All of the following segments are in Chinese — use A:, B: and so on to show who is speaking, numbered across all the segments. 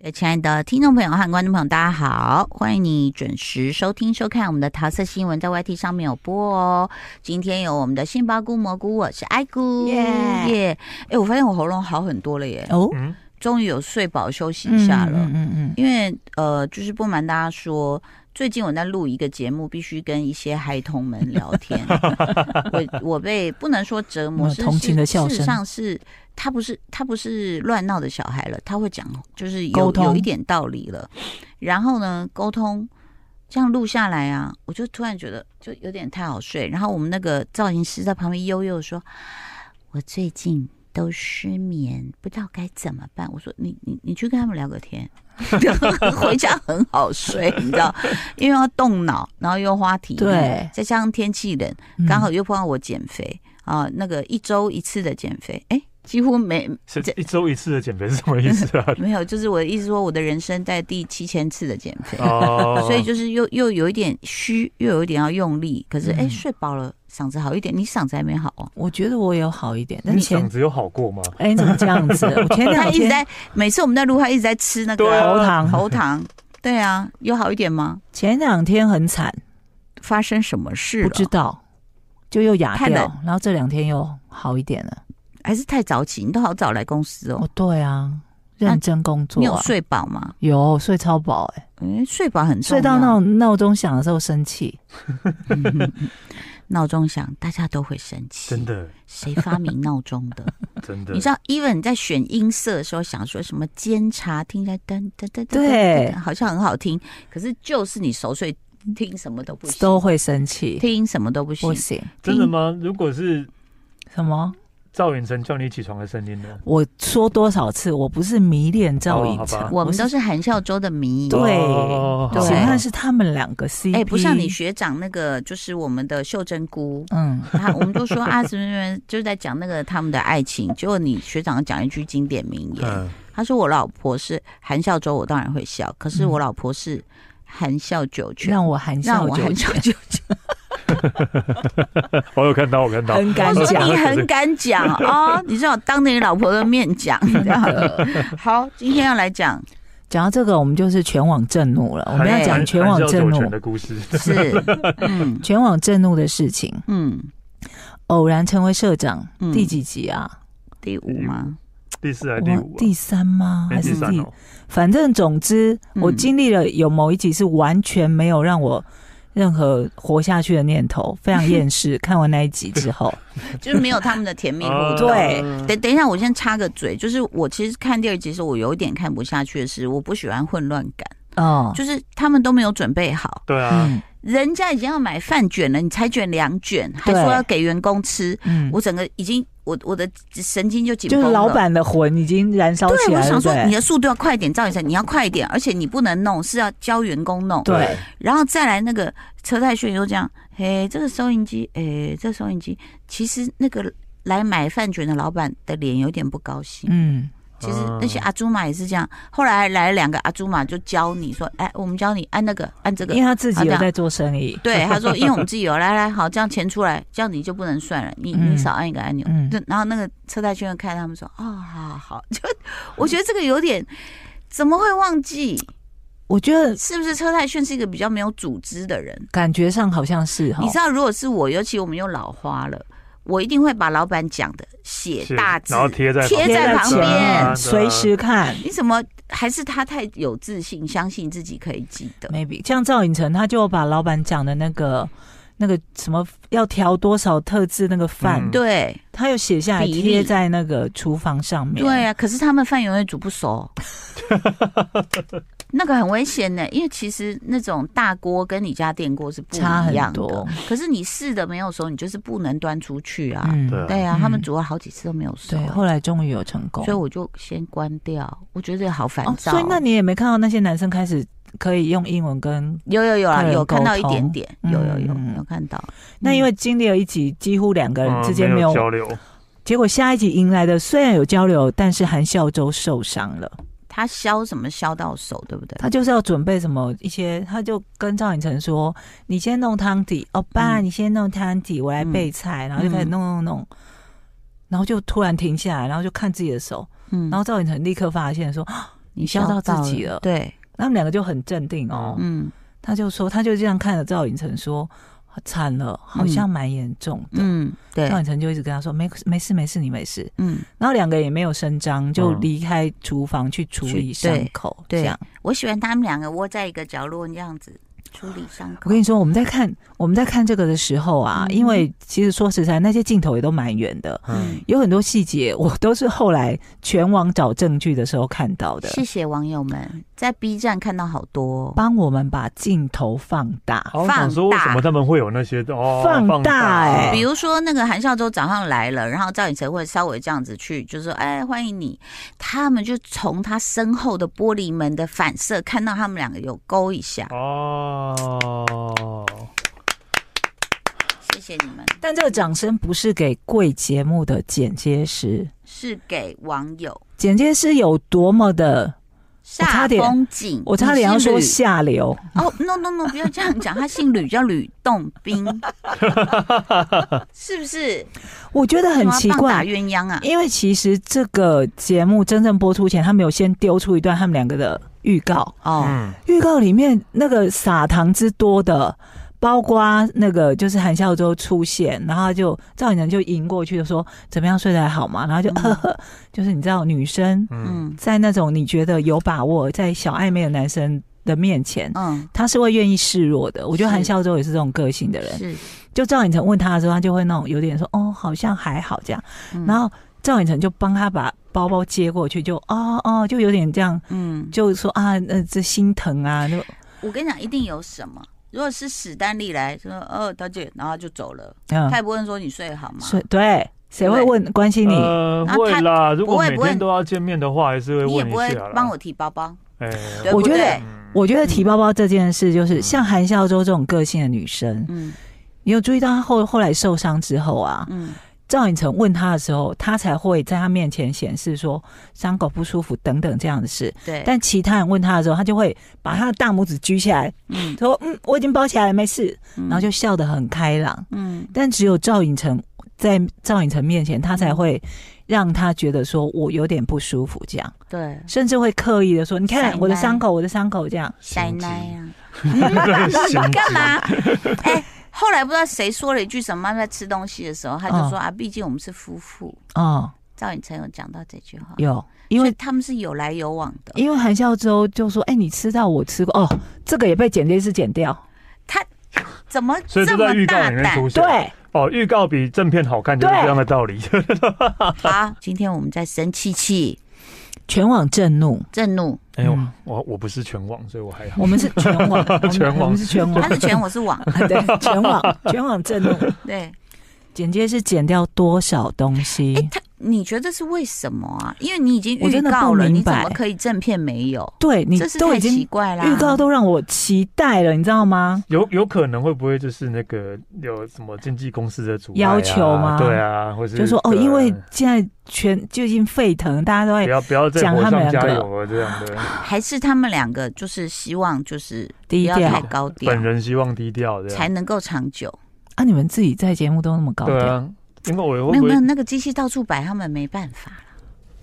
A: 各位亲爱的听众朋友和观众朋友，大家好！欢迎你准时收听、收看我们的桃色新闻，在 YT 上面有播哦。今天有我们的杏鲍菇、蘑菇，我是爱菇，
B: 耶
A: 耶！哎，我发现我喉咙好很多了耶，
B: 哦，
C: 嗯，
A: 终于有睡饱休息一下了。
B: 嗯嗯嗯，
A: 因为呃，就是不瞒大家说，最近我在录一个节目，必须跟一些孩童们聊 天。我我被不能说折磨，
B: 嗯
A: 是
B: 同情的
A: 是
B: 笑
A: 事实
B: 声
A: 上是他不是他不是乱闹的小孩了，他会讲，就是有
B: 沟通
A: 有一点道理了。然后呢，沟通这样录下来啊，我就突然觉得就有点太好睡。然后我们那个造型师在旁边悠悠地说：“我最近。”都失眠，不知道该怎么办。我说你你你去跟他们聊个天， 回家很好睡，你知道，因为要动脑，然后又花体力，
B: 对
A: 再加上天气冷，
B: 嗯
A: 刚好又碰到我减肥啊、那个一周一次的减肥，哎，几乎没
C: 是
A: 这？
C: 一周一次的减肥是什么意思啊
A: 没有，就是我的意思说，我的人生在第七千次的减肥，
C: 哦，
A: 所以就是又又有一点虚，又有一点要用力，可是哎、
B: 嗯
A: 睡饱了嗓子好一点，你嗓子还没好哦。
B: 我觉得我有好一点，但
C: 你
B: 前
C: 嗓子有好过吗？
B: 哎你怎么这样子？我 前
A: 他
B: 两
A: 一直
B: 天
A: 在每次我们在录，他一直在吃那个
C: 对啊
B: 喉糖，
A: 喉 糖，对啊，有好一点吗？
B: 前两天很惨，
A: 发生什么事
B: 不
A: 了？
B: 知道就又哑
A: 太
B: 掉
A: 冷，
B: 然后这两天又好一点了。
A: 还是太早起，你都好早来公司哦。
B: 哦，对啊，认真工作啊，
A: 你有睡饱吗？
B: 有睡超饱哎，
A: 嗯、睡饱很重
B: 睡
A: 要。
B: 到闹闹钟响的时候生气，
A: 闹钟响，大家都会生气。
C: 真，的，
A: 谁发明闹钟 的？
C: 真的，
A: 你知道，even 你在选音色的时候，想说什么监察，听起来噔噔噔噔，
B: 对
A: 噔，好像很好听，可是就是你熟睡，听什么都不行，
B: 都会生气，
A: 听什么都不行
B: 不。行
C: 真的吗？如果是
B: 什么？
C: 赵远成叫你起床的声音呢？
B: 我说多少次，我不是迷恋赵寅
C: 哦好
B: 成
C: 吧，
A: 我们
B: 是
A: 都是韩孝周的迷。
B: 对
C: 哦
B: 喜
A: 对
B: 欢是他们两个 CP，
A: 哎、不像你学长那个，就是我们的秀珍菇，
B: 嗯，
A: 他我们都说啊什么什么，就是在讲那个他们的爱情。结果你学长讲一句经典名言，
C: 嗯，
A: 他说我老婆是含笑周，我当然会笑，可是我老婆是含笑九泉，
B: 让我含
A: 让
B: 笑
A: 我
B: 久
A: 含笑九泉。
C: 我有看到，我看到，
B: 很敢
A: 我
B: 讲
A: 说 你很敢讲哦，你知道当着你老婆的面讲，你知道 好，今天要来讲
B: 讲到这个，我们就是全网震怒了。我们要讲全网震
C: 九
B: 怒
C: 泉，的故事，
A: 是，嗯
B: 全网震怒的事情。
A: 嗯，
B: 偶然成为社长，
A: 嗯
B: 第几集啊？
A: 第五吗？
C: 第四还
B: 我
C: 是第五啊？
B: 第三吗？
C: 哎
B: 还
C: 第
B: 是
C: 三
B: 第？
C: 哦，
B: 反正总之，
A: 嗯
B: 我经历了有某一集是完全没有让我任何活下去的念头，非常厌 世。看完那一集之后，
A: 就是没有他们的甜蜜互
C: 啊
A: 动。
B: 对
A: 等等一下，我先插个嘴，就是我其实看第二集的时候，我有一点看不下去的是，我不喜欢混乱感，
B: 哦，
A: 就是他们都没有准备好，
C: 对啊，
B: 嗯
A: 人家已经要买饭卷了，你才卷两卷，还说要给员工吃，
B: 嗯，
A: 我整个已经我我的神经就紧绷
B: 就
A: 了。
B: 是老板的魂已经燃烧起
A: 对，我
B: 来了，
A: 想说你
B: 对
A: 的速度要快一点，赵医生，你要快一点，而且你不能弄，是要教员工弄。
B: 对，
A: 然后再来那个车太炫又这样，哎，这个收银机，哎，这个收银机，其实那个来买饭卷的老板的脸有点不高兴。
B: 嗯，
A: 其实那些阿朱玛也是这样，后来来两个阿朱玛就教你说，哎，我们教你按那个，按这
B: 因
A: 个
B: 为。他自己
A: 好
B: 有
A: 的
B: 在做生意，
A: 对，他说，因为我们自己有，来来，好，这样钱出来，这样你就不能算了，你你
B: 嗯
A: 少按一个按钮。
B: 嗯
A: 对，然后那个车贷圈看他们说，哦，好好好，就我觉得这个有点，怎么会忘记？
B: 我觉得
A: 是不是车太炫是一个比较没有组织的人？
B: 感觉上好像是哦哈
A: 你，知道，如果是我，尤其我们又老花了，我一定会把老板讲的写
C: 是
A: 大字
C: 然，后贴在
A: 贴在旁
B: 前
A: 边
B: 面
C: 啊
B: 随时看。
A: 你怎么还是他太有自信，相信自己可以记得？
B: maybe 像赵寅成，他就把老板讲的那个那个什么要调多少特制那个饭，
C: 嗯
A: 对
B: 他有写下来
A: 比例
B: 贴在那个厨房上面。
A: 对啊，可是他们饭永远煮不 熟，那个很危险呢。因为其实那种大锅跟你家电锅是不
B: 差
A: 一样
B: 很
A: 的
B: 多，
A: 可是你试的没有熟，你就是不能端出去啊。
B: 嗯，
C: 对啊
A: 对啊，他们
B: 嗯
A: 煮了好几次都没有熟啊
B: 对，，后来终于有成功。
A: 所以我就先关掉。我觉得好烦
B: 哦，
A: 躁。
B: 所以那你也没看到那些男生开始可以用英文跟
A: 有有有啊，
B: 客人
A: 有看到
B: 沟
A: 一
B: 通
A: 点点，有有有
B: 嗯
A: 有看到。嗯
B: 那，因为经历了一集，几乎两个人之间
C: 啊嗯没
B: 没有，
C: 交流，
B: 结果下一集迎来的虽然有交流，但是韩孝周受伤了。
A: 他削什么削到手，对不对？
B: 他就是要准备什么一些，他就跟赵寅成说：“你先弄汤底，哦，爸，
A: 嗯
B: 你先弄汤底，我来备菜。然后就开始弄弄弄，然后就突然停下来，然后就看自己的手，
A: 嗯
B: 然后赵寅成立刻发现说啊：“
A: 你
B: 笑到
A: 到
B: 自己了
A: 对，
B: 他们两个就很镇定哦，
A: 嗯
B: 他就说，他就这样看着赵寅成说，惨了，好像蛮严重的。
A: 嗯，对
B: 赵，寅成就一直跟他说没没事没事你没事，
A: 嗯，
B: 然后两个也没有声张，就
C: 嗯
B: 离开厨房去处理
A: 哦去对
B: 伤口。
A: 对
B: 这样
A: 我喜欢他们两个窝在一个角落这样子处理伤口。
B: 啊我跟你说，我们在看我们在看这个的时候啊，
A: 嗯
B: 因为其实说实在，那些镜头也都蛮远的，
C: 嗯，
B: 有很多细节我都是后来全网找证据的时候看到的。
A: 嗯谢谢网友们，在 B 站看到好多哦、
B: 帮我们把镜头放大，
C: 好哦想说为什么他们会有那些哦
B: 放大哎
A: 比
C: 如
A: 如说那个韩孝周早上来了，然后赵寅成会稍微这样子去，就说：“哎，欢迎你。”他们就从他身后的玻璃门的反射看到他们两个有勾一下。
C: 哦，
A: 谢谢你们，
B: 但这个掌声不是给贵节目的剪接师，
A: 是给网友
B: 剪接师有多么的，我差
A: 煞
B: 点
A: 风景。
B: 我差点要说
A: 你是
B: 下流。
A: 吕哦，no no no，不要这样讲，他姓吕，叫吕洞 宾，是不是？
B: 我觉得很奇
A: 为什么要棒打
B: 怪，哎
A: 鸳鸯啊！
B: 因为其实这个节目真正播出前，他们有先丢出一段他们两个的预告，
A: 哦，
C: 嗯，
B: 预告里面那个撒糖之多的。包括那个就是韩孝周出现，然后他就赵寅成就迎过去就说怎么样睡得还好吗？然后就、呵
A: 嗯
B: 呵， 就是你知道女生
C: 嗯
A: 嗯
B: 在那种你觉得有把握在小暧昧的男生的面前，
A: 嗯，
B: 他是会愿意示弱的。我觉得
A: 是
B: 韩孝周也是这种个性的人。
A: 是，
B: 就赵寅成问他的时候，他就会那种有点说哦，好像还好这样。
A: 嗯
B: 然后赵寅成就帮他把包包接过去，就哦哦，就有点这样，
A: 嗯，
B: 就说啊，那、这心疼啊，就
A: 我跟你讲，一定有什么。如果是史丹利来说，哦，小姐，然后就走了，
B: 嗯
A: 他，也不问说你睡得好吗？
B: 所以对，谁会
A: 对
B: 问关心你？
C: 呃，
A: 然后嗯
C: 会
A: 他
C: 啦。如果
A: 不会
C: 每
A: 不会
C: 天都要见面的话，还是会
A: 你也
C: 问
A: 不
C: 一
A: 会
C: 下啦。
A: 帮我提包包，
C: 哎，
A: 对
B: 我
A: 不
B: 觉得
A: 对？
B: 我觉得提包包这件事，就是像韩孝周这种个性的女生，
A: 嗯
B: 你有注意到她后后来受伤之后啊，
A: 嗯，
B: 赵寅成问他的时候，他才会在他面前显示说伤口不舒服等等这样的事。
A: 对，
B: 但其他人问他的时候，他就会把他的大拇指举起来，
A: 嗯，
B: 说：“嗯，我已经包起来了，没事。”
A: 然
B: 然后就笑得很开朗。
A: 嗯
B: 但只有赵寅成在赵寅成面前，他才会让他觉得说我有点不舒服，这样，
A: 对，
B: 甚至会刻意的说：“你
A: 塞
B: 看
A: 奶
B: 我的伤口，我的伤口。”这样，
A: 奶
C: 心机
A: 奶啊，
C: 心机
A: 干嘛？哎，后来不知道谁说了一句什么，在吃东西的时候，他
B: 嗯
A: 就说啊，毕竟我们是夫妇。
B: 哦，
A: 赵寅成有讲到这句话，
B: 有，因为
A: 所以他们是有来有往的。
B: 因为韩孝周就说：“哎，你吃到我吃过哦，这个也被剪接师剪掉。”
A: 怎么
C: 所以
A: 这
C: 都
A: 么
C: 在预告
A: 大
C: 里面
A: 胆？
C: 出现。，
B: 对，
C: 哦，预告比正片好看，就是
B: 对
C: 这样的道理。
A: 好，今天我们在生气气、
B: 全网震怒，
A: 震怒，
C: 哎呦
B: 嗯，
C: 我我不是全网，所以我还好。
B: 我们是全网，我们
C: 全网
B: 我们是全
A: 他
B: 网，
A: 是拳，我是 网，
B: 对，全网，全网震怒。
A: 对。
B: 剪接是剪掉多少东
A: 哎、
B: 西？
A: 他你觉得是为什么啊？因为你已经
B: 我
A: 预
B: 真的
A: 告
B: 不
A: 了，
B: 明
A: 你怎么
B: 白
A: 可以正片没有？
B: 对你
A: 这是
B: 都
A: 太
B: 已
A: 奇
B: 经
A: 怪啦！
B: 预告都让我期待了，你知道吗？
C: 有有可能会不会就是那个有什么经纪公司的阻碍啊
B: 要求吗
C: 对啊，或是
B: 就说哦，
C: 对啊
B: 因为现在全就已经沸腾，大家都
C: 啊不
B: 在
C: 要不要再
B: 讲
C: 火
B: 他们两
C: 上加
B: 个
C: 油啊了这样的。
A: 还是他们两个就是希望就是不
B: 低
A: 要太
B: 调
A: 高调
C: 本，人希望低调这
A: 才
C: 样。
A: 能够长久。
B: 啊！你们自己在节目都那么高
C: 对
B: 调，
C: 啊，因为我
A: 没
C: 会
A: 有
C: 不
A: 没
C: 会
A: 有，那个机器到处摆，他们没办法啦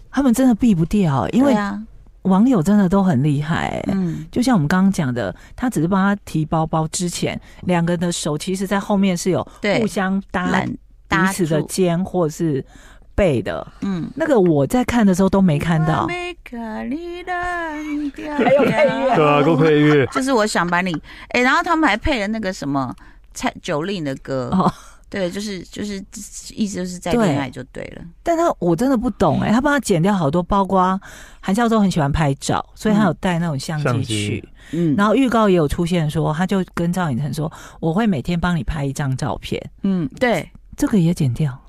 B: 他们真的避不掉，因
A: 对
B: 为
A: 啊，
B: 网友真的都很厉害、欸。
A: 嗯，
B: 就像我们刚刚讲的，他只是帮他提包包之前，两个人的手其实，在后面是有
A: 对
B: 互，相搭
A: 懒
B: 彼
A: 搭
B: 此的
A: 住，
B: 肩或是背的。
A: 嗯，
B: 那个我在看的时候都没看
A: 啊
B: 到，
A: 还
B: 有配乐
C: 对啊，够配乐。
A: 就是我想把你，哎、然后他们还配了那个什么蔡九令的歌，
B: 哦
A: 对，就是就是意思就是在恋爱就对了，
B: 但他我真的不懂哎、他帮他剪掉好多，包括韩孝周很喜欢拍照，所以他有带那种相
C: 相
B: 机
C: 机
B: 去。
A: 嗯
B: 然后预告也有出现说，他就跟赵寅成说，我会每天帮你拍一张照片，
A: 嗯，对，
B: 这个也剪掉。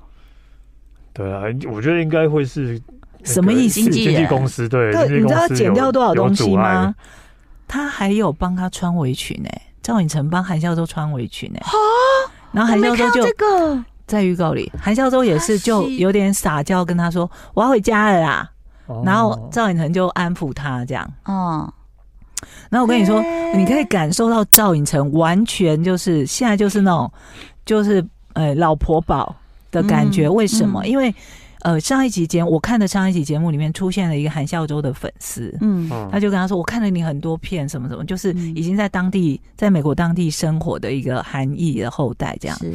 C: 对啊，我觉得应该会是那个
B: 什么意思
C: 经
A: 经纪人
C: 纪公司对，
B: 对，
C: 经纪
B: 你知道他
C: 公司
B: 剪
C: 有
B: 掉多少东西？
C: 有
B: 吗
C: 阻？
B: 他还有帮他穿围裙哎、赵寅成帮韩孝周穿围裙哎、然后韩孝周就
A: 个，
B: 在预告里，韩孝周也是就有点撒娇跟他说我要回家了啦，
C: 碍
B: 然后赵寅成就安抚他这样。
A: 哦，
B: 然后我跟你说，
A: 欸
B: 你可以感受到赵寅成完全就是现在就是那种就是呃老婆宝的感觉。
A: 嗯
B: 为什么？
A: 嗯
B: 因为呃，上一集节我看的上一集节目里面出现了一个韩孝周的粉丝，
A: 嗯
C: 嗯
B: 他就跟他说：“我看了你很多片，什么什么，就是
A: 嗯
B: 已经在当地，在美国当地生活的一个韩裔的后代这样。
A: 是，”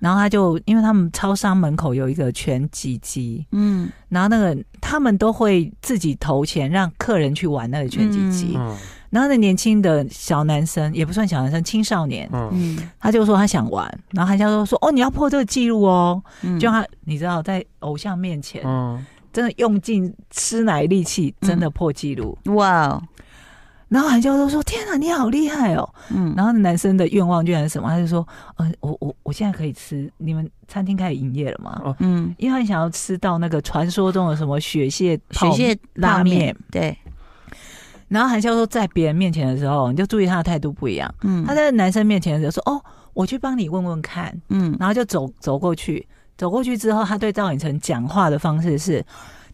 B: 然后他就因为他们超商门口有一个拳击机，
A: 嗯
B: 然后那个他们都会自己投钱让客人去玩那个拳击机。
C: 嗯
B: 然后那年轻的小男生也不算小男生，青少年，
C: 嗯
A: 嗯
B: 他就说他想玩，然后韩孝周说：“哦，你要破这个记录哦！”
A: 嗯，
B: 就他，你知道，在偶像面前，
C: 嗯，
B: 真的用尽吃奶力气，真的破纪录。
A: 哇哦，
B: 然后韩教授说：“天啊，你好厉害哦！”
A: 嗯，
B: 然后男生的愿望居然是什么？他就说：“呃，我我我现在可以吃，你们餐厅开始营业了吗？”
C: 哦
A: 嗯，
B: 因为他很想要吃到那个传说中的什么雪蟹
A: 雪
B: 泡
A: 蟹
B: 拉
A: 拉面
B: 面。，
A: 对，
B: 然后韩教授在别人面前的时候，你就注意他的态度不一样。
A: 嗯，
B: 他在男生面前的时候说：“哦，我去帮你问问看。”
A: 嗯
B: 然后就走走过去，走过去之后，他对赵寅成讲话的方式是，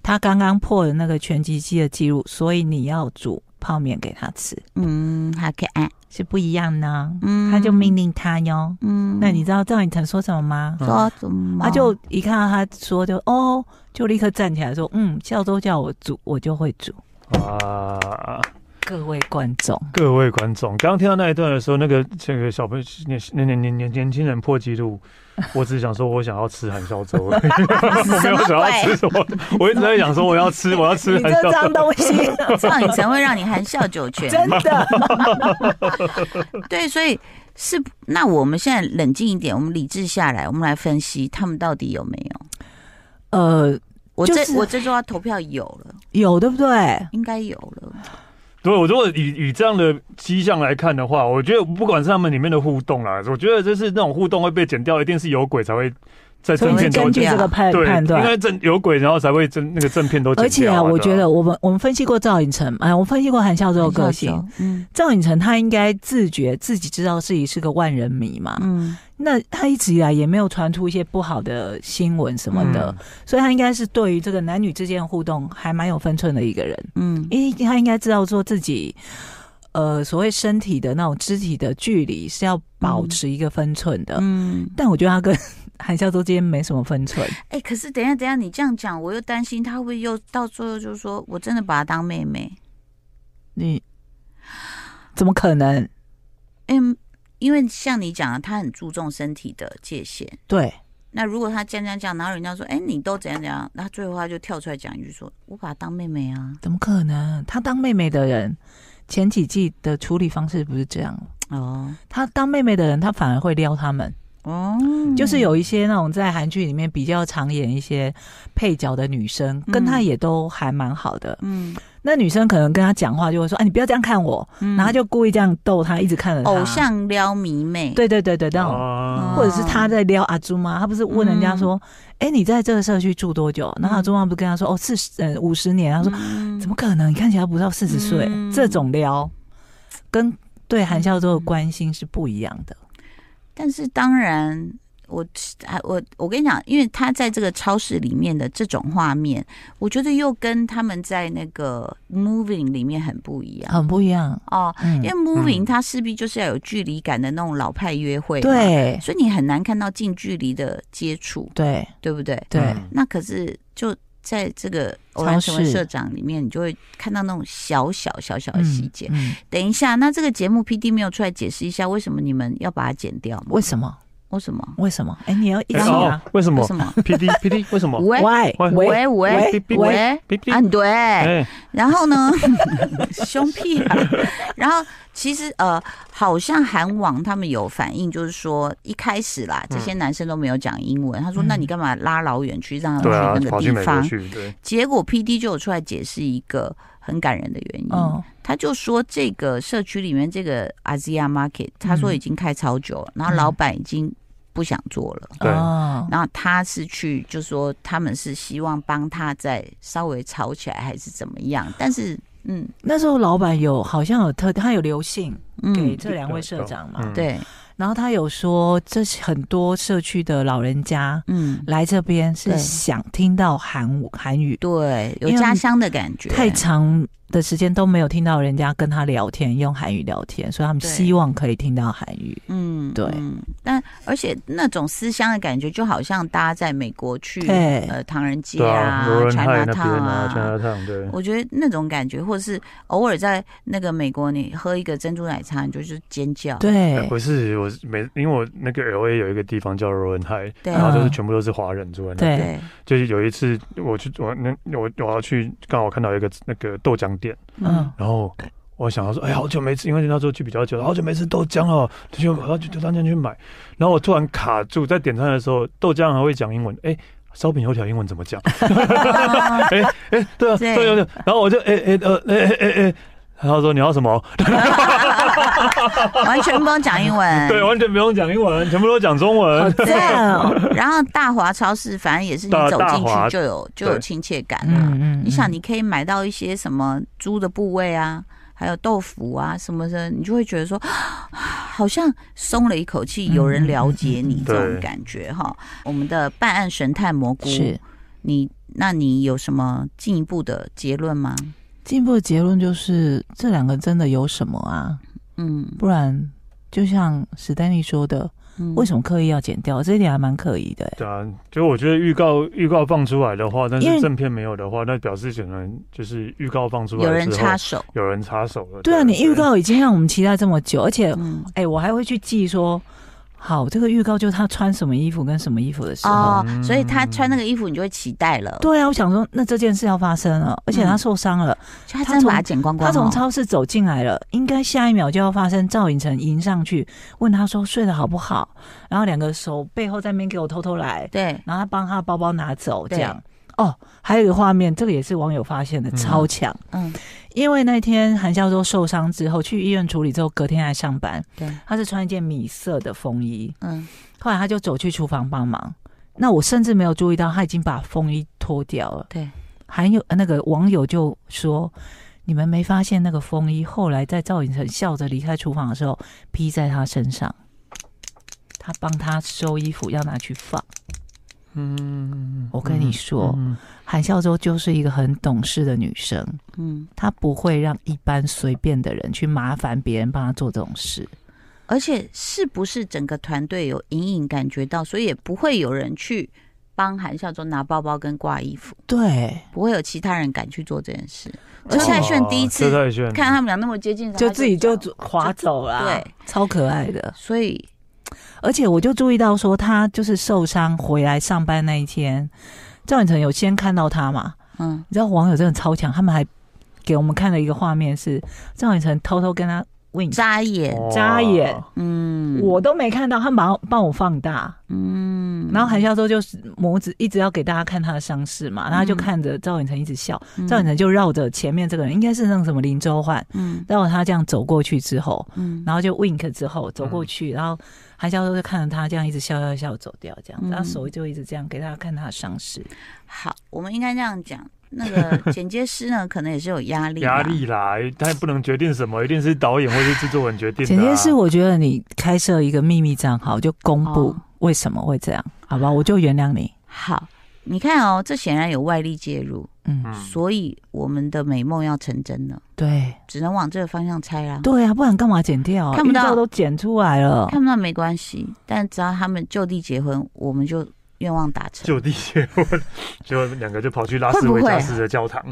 B: 他刚刚破了那个拳击机的记录，所以你要煮泡面给他吃，
A: 嗯，好可爱，
B: 是不一样呢。
A: 嗯，
B: 他就命令他哟。
A: 嗯，
B: 那你知道赵寅成说啊什么吗？
C: 嗯
A: 说怎么？
B: 他 就 一看到他说就哦，就立刻站起来说，嗯，孝周叫我煮，我就会煮。
C: 哇！
B: 各位观众，
C: 啊各位观众，刚刚听到那一段的时候，那个这个小朋友年年年年年年轻人破 纪录，我只想说，我想要吃韩烧粥，而已我没有想要吃什么，我一直在想说我要吃，我要 吃
B: 你
C: 韩
B: 这
C: 烧
B: 脏
C: 粥。
B: 东西，啊
A: 赵寅成会让你含笑九泉，
B: 真的，
A: 对，所以是那我们现在冷静一点，我们理智下来，我们来分析他们到底有没有。
B: 呃，
A: 我
B: 就
A: 这、
B: 是
A: 我这周要投票有了，
B: 有对不对？
A: 应该有了。
C: 对，我如果以以这样的迹象来看的话，我觉得不管是他们里面的互动啦，我觉得就是那种互动会被剪掉，一定是有鬼才会在
B: 所以
C: 正
B: 是
C: 片
A: 才
C: 都
A: 会
B: 根据
C: 剪
B: 这个判
C: 对，
B: 判
C: 应
B: 断，
C: 该正有鬼，然后才会正那个正片都剪
B: 而且
C: 掉、
B: 啊，我
C: 对
B: 觉得我们我们分析过赵寅成，哎，我们分析过韩孝周的个
A: 很
B: 性。
A: 少有，嗯
B: 赵寅成他应该自觉自己知道自己是个万人迷嘛，
A: 嗯
B: 那他一直以来也没有传出一些不好的新闻什么的，
C: 嗯
B: 所以他应该是对于这个男女之间的互动还蛮有分寸的一个人，
A: 嗯
B: 因为他应该知道说自己。呃，所谓身体的那种肢体的距离是要保持一个分寸的，
A: 嗯。
B: 但我觉得他跟韩孝周之间没什么分寸。
A: 哎、可是等一下等一下，你这样讲，我又担心他会不会又到最后就说我真的把她当妹妹？
B: 你怎么可能？
A: 哎、因为像你讲的，他很注重身体的界限。
B: 对，
A: 那如果他这样这样讲，然后人家说，哎、你都怎样怎样，那最后他就跳出来讲一句说，我把她当妹妹啊。
B: 怎么可能？她当妹妹的人，前几季的处理方式不是这样。
A: 哦
B: 她当妹妹的人，她反而会撩他们，
A: 哦，
B: 就是有一些那种在韩剧里面比较常演一些配角的女生，
A: 嗯
B: 跟她也都还蛮好的。
A: 嗯，
B: 那女生可能跟她讲话就会说：“哎，你不要这样看我。”
A: 嗯
B: 然后她就故意这样逗她，一直看着她
A: 偶。像撩迷妹，，
B: 对对对对，那种。
C: 啊
A: 嗯
B: 或者是她在撩阿朱妈，她不是问人家说：“哎、你在这个社区住多久？”然后阿朱妈不是跟她说：“哦，四十呃五十年。”她说：“
A: 嗯
B: 怎么可能？你看起来不到四十岁，
A: 嗯
B: 这种撩跟对韩孝周的关心是不一样的。
A: 但是当然，我啊我我跟你讲，因为他在这个超市里面的这种画面，我觉得又跟他们在那个 moving 里面很不一样
B: 很不一样。
A: 哦。
B: 嗯
A: 因为 moving
C: 嗯
A: 它势必就是要有距离感的那种老派约会，，
B: 对
A: 所以你很难看到近距离的接触，
B: 对
A: 对不对？
B: 对，
C: 嗯
A: 那可是就在这个偶然成为
B: 超市
A: 社长里面，你就会看到那种小小小小的
B: 嗯
A: 细节。
B: 嗯
A: 等一下，那这个节目 P D 没有出来解释一下，为什么你们要把它剪掉吗？
B: 为什么？
A: 为什么？
B: 为什么？哎，你要一起
C: 哎
B: 啊
C: 哦？为什
A: 为
C: 么
A: 什么？
C: ？P D P D 为什么
A: 喂
B: 喂喂，
C: 喂
A: 喂喂
C: 喂
A: 喂
C: 喂？P D
A: 啊，对。
B: 嗯
C: 哎，
A: 然后呢， 凶屁啊！然后其实呃，好像韩网他们有反映，就是说一开始
C: 嗯
A: 啦，这些男生都没有讲英文。他说：“
B: 嗯
A: 那你干嘛拉老远去让他
C: 对啊
A: 们去，那
C: 跑
A: 个
C: 去
A: 地
C: 美国
A: 方
C: 去，对，？”
A: 结果 P D 就有出来解释一个很感人的原因。
B: 嗯，
A: 他就说这个社区里面这个 Asia Market，他
B: 嗯
A: 说已经开超久了，然后老板已经不想做了。
C: 对
B: 哦
A: 然后他是去，就说他们是希望帮他再稍微吵起来，还是怎么样？但是，嗯
B: 那时候老板有好像有特，他有留信给
A: 嗯，
B: 这两位社长嘛，
C: 嗯
A: 对，
B: 然后他有说，这是很多社区的老人家
A: 嗯，
B: 来这边是
A: 对
B: 想听到韩韩语，
A: 对，有
B: 因为
A: 家乡的感觉，嗯
B: 太常的时间都没有听到人家跟他聊天，用韩语聊天，所以他们
A: 对
B: 希望可以听到韩语。
A: 嗯，
B: 对
A: 嗯但而且那种思乡的感觉，就好像大家在美国去
B: 对
A: 呃唐人街
C: 对啊，罗伦
A: ，China
C: 泰那
A: Town
C: 边啊，China Town 对。
A: 我觉得那种感觉，或者是偶尔在那个美国，你喝一个珍珠奶茶，你就是尖叫。
B: 对
C: 哎不是，我是每因为我那个 L A 有一个地方叫 r o w a n h i
A: 对
C: 然后就是哎全部都是华人住在那。
B: 嗯对
A: 对，
C: 就是有一次我去我那我我要去，刚好看到一个那个豆浆店，
B: 嗯
A: 嗯，
C: 然后我想要说，哎，好久没吃，因为那时候去比较久，好久没吃豆浆哦，就去我要去豆浆店去买。然后我突然卡住，在点餐的时候，豆浆还会讲英文，哎。烧饼油条英文怎 么讲？
A: 啊
C: 哎哎，对
A: 对
C: 啊，烧饼油条。然后我就哎哎呃哎哎哎哎，然后说你要什么？
A: 嗯完全不用讲英文。
C: 对，完全不用讲英文，全部都讲中
B: 好
C: 文。
B: 赞哦，
A: 然后大华超市，反正也是你
C: 大
A: 走
C: 大
A: 进
C: 华
A: 去就有就有亲切感啊。
B: 嗯嗯，
A: 你想，
B: 嗯
A: 你可以买到一些什么猪的部位啊，还有豆腐啊什么的，你就会觉得说，啊好像松了一口气，有人了解你
C: 嗯嗯嗯
A: 这种
C: 对
A: 感觉哈。我们的办案神探蘑菇
B: 是
A: 你那你有什么进一步的结论吗？
B: 进一步的结论就是这两个真的有什么啊？
A: 嗯，嗯
B: 不然就像史丹利说的，为什
A: 么？
B: 么刻意要剪掉？这一点还蛮可疑的、欸。
C: 对啊，就我觉得预告预告放出来的话，但
B: 因
C: 是
B: 为
C: 正片没有的话，那表示可能就是预告放出来
A: 有人
C: 之后
A: 插手？
C: 有人插手了。
B: 对啊，你预告已经让我们期待这么久，而且，
A: 嗯，
B: 哎、我还会去记说，好，这个预告就是他穿什么衣服跟什么衣服的时候。
A: 哦，
C: 嗯
A: 所以他穿那个衣服，你就会期待了。，
B: 对啊，我想说，那这件事要发生了，而且他
A: 嗯
B: 受伤了，
A: 就他
B: 他
A: 真的
B: 从
A: 把它剪光光、
B: 他
A: 哦。
B: 从超市走进来了，应该下一秒就要发生。赵寅成迎上去问他说睡得好不好，然后两个手背后在那边给我偷偷来，
A: 对，
B: 然后他帮他包包拿走，
A: 对
B: 这样。哦，还有一个画面，这个也是网友发现的，
C: 嗯
B: 超强。
A: 嗯，
B: 因为那天韩孝周受伤之后，去医院处理之后，隔天还上班。
A: 对，
B: 他是穿一件米色的风衣，
A: 嗯，
B: 后来他就走去厨房帮忙。那我甚至没有注意到他已经把风衣脱掉了。
A: 对，
B: 还有呃那个网友就说：“你们没发现那个风衣后来在赵寅成笑着离开厨房的时候披在他身上，他帮他收衣服要拿去放。
C: 嗯，
B: 我跟你说，
C: 嗯
B: 韩孝周就是一个很懂事的女生，
A: 嗯，
B: 她不会让一般随便的人去麻烦别人帮她做这种事。
A: 而且是不是整个团队有隐隐感觉到，所以也不会有人去帮韩孝周拿包包跟挂衣服，
B: 对，
A: 不会有其他人敢去做这件事。而且
B: 而且
A: 蔡炫第一
C: 哦
A: 次
C: 蔡炫
A: 看他们俩那么接近，
B: 就
A: 他
B: 自己就
A: 讲
B: 划走啦，
A: 对，
B: 超可爱的。
A: 所以
B: 而且我就注意到说，她就是受伤回来上班那一天，赵寅成有先看到她嘛？
A: 嗯，
B: 你知道网友真的超强，他们还给我们看了一个画面是赵寅成偷偷跟她 wink，
A: 扎眼，
C: 哇
B: 扎眼
A: 嗯，
B: 哦我都没看到，他马上帮我放大。
A: 嗯，
B: 然后韩孝周就是拇指一直要给大家看他的伤势
A: 嗯
B: 嘛，然后他就看着赵寅成一直笑，赵寅成就绕着前面这个人，应该是那个什么林周焕，
A: 嗯，
B: 绕着他这样走过去之后，
A: 嗯嗯，嗯
B: 然后就 wink 之后走过去，然后韩孝周就看着他这样一直笑笑笑走掉，这样子，
A: 嗯
B: 他手就一直这样给大家看他的伤势，
A: 好，我们应该这样讲。那 个剪接师呢，可能也是有压力，
C: 压。力啦，他也不能决定什么，一定是导演或是制作人决定的、啊。
B: 简直是我觉得你开设一个秘密账号就公布
A: 哦
B: 为什么会这样，好吧，我就原谅你，
A: 好，你看哦，这显然有外力介入，
B: 嗯，
C: 嗯，
A: 所以我们的美梦要成真了，
B: 对
A: 只能往这个方向猜啦。
B: 对啊，不然干嘛剪掉？
A: 看不到
B: 预告都剪出来了，
A: 看不到没关系，但只要他们就地结婚，我们就愿望达成。
C: 就地结婚，就两个就跑去拉斯维加斯的教堂。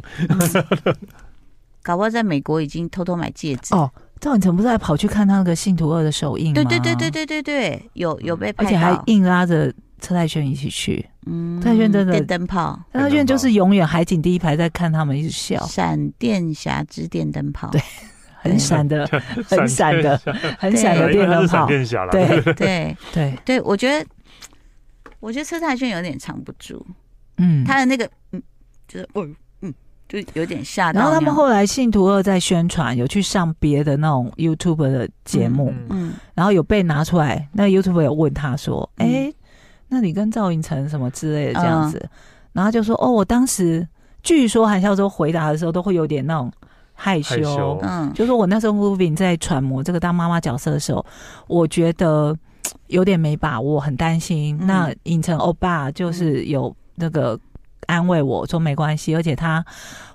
A: 搞不好在美国已经偷偷买戒指。
B: 哦赵寅成不是还跑去看他那个《信徒二》的首映吗？嗯
A: 对对对对，对对对，有有被
B: 而
A: 拍
B: 且还
A: 到，
B: 硬拉着车太炫一起去，
A: 嗯
B: 蔡轩真的
A: 电灯泡，
B: 车太炫就是永远海景第一排在看他们一直笑，
A: 闪电侠之电灯泡，
B: 对很闪 的，很闪的，很闪的
A: 对
C: 因
B: 电
C: 为他
B: 灯
C: 是闪
B: 泡，
C: 电侠啦。
B: 对
A: 对
B: 对，
A: 对，我觉得我觉得车太炫有点藏不住，
B: 嗯。
A: 他的那个嗯，就是哦嗯，就有点吓到
B: 然
A: 那样。
B: 后他们后来信徒二在宣传，有去上别的那种 YouTube 的节目，
C: 嗯，
A: 嗯
B: 然后有被拿出来，那 YouTube 有问他说：“
A: 嗯
B: 哎、那你跟赵寅成什么之类的这样子？”
C: 啊
B: 然后他就说：“哦，我当时据说韩孝周回答的时候都会有点那种害羞，
C: 害羞
A: 嗯
B: 就说我那时候 moving 在揣摩这个当妈妈角色的时候，我觉得嘖有点没把握，很担心。
A: 嗯
B: 那影城欧巴就是有那个。安慰我说没关系，而且他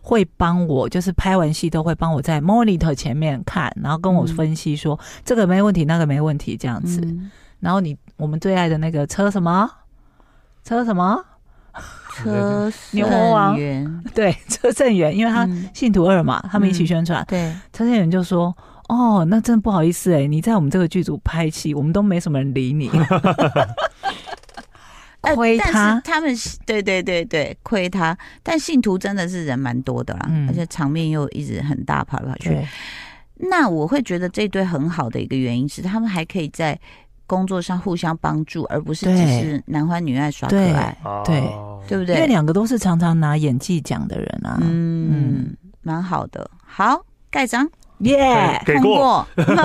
B: 会帮呃我，就是拍完戏都会帮我在 monitor 前面看，然后跟我
A: 嗯
B: 分析说、这个没问题，那个没问题这样子。
A: 嗯
B: 然后你我们最爱的那个车什么车什么，
A: 车
B: 牛魔王
A: 胜元
B: 对车正元，因为他
A: 嗯
B: 信徒二嘛，他们一起
A: 嗯
B: 宣传，
A: 对，
B: 车正元就说。哦，那真的不好意思哎、你在我们这个剧组拍戏，我们都没什么人理 你，
A: 呃
B: 亏
A: 但
B: 他
A: 是他们是对对对对，亏他。但信徒真的是人蛮多的啦，
B: 嗯
A: 而且场面又一直很大，跑来跑去。，那我会觉得这对很好的一个原因是，他们还可以在工作上互相帮助，而不是
B: 对
A: 只是男欢女爱耍可
B: 对
A: 爱，
C: 啊
B: 对
A: 对不
B: 因为
A: 对？
B: 两个都是常常拿演技奖的人啊，
A: 嗯
B: 嗯，
A: 蛮好的。好，盖章
B: 耶，
C: 哎给
A: 通
C: 过，
A: 过。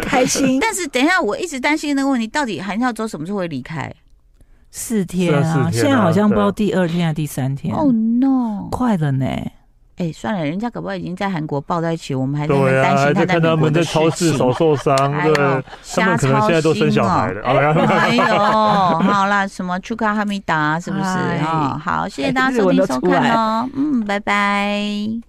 B: 开心
A: 但是等一下，我一直担心那个问题，到底韩孝周什么时候会离开
B: 四天
C: 是啊
B: 啊，
C: 四天啊哦
B: 现在好像不知道第二天还是第三天，
A: ？Oh no！
B: 快了呢，
A: 哎，算了，人家搞不好已经在韩国抱在一起，我们还在那边
C: 对啊，
A: 担
C: 还
A: 心
C: 在
A: 在
C: 看
A: 美
C: 他
A: 国
C: 们在
A: 的
C: 超
A: 事
C: 市
A: 情
C: 手受伤，
A: 哎
C: 对
A: 呦，
C: 他们可能现在都生小孩
B: 哦
C: 了，啊没有
A: 哎呦， 好啦，什么出卡哈密达是不是
B: 哎
A: 啊、哦？好，谢谢
B: 哎
A: 大家
B: 日
A: 收
B: 文
A: 听
B: 都
A: 收
B: 出来
A: 看哦，嗯，拜拜。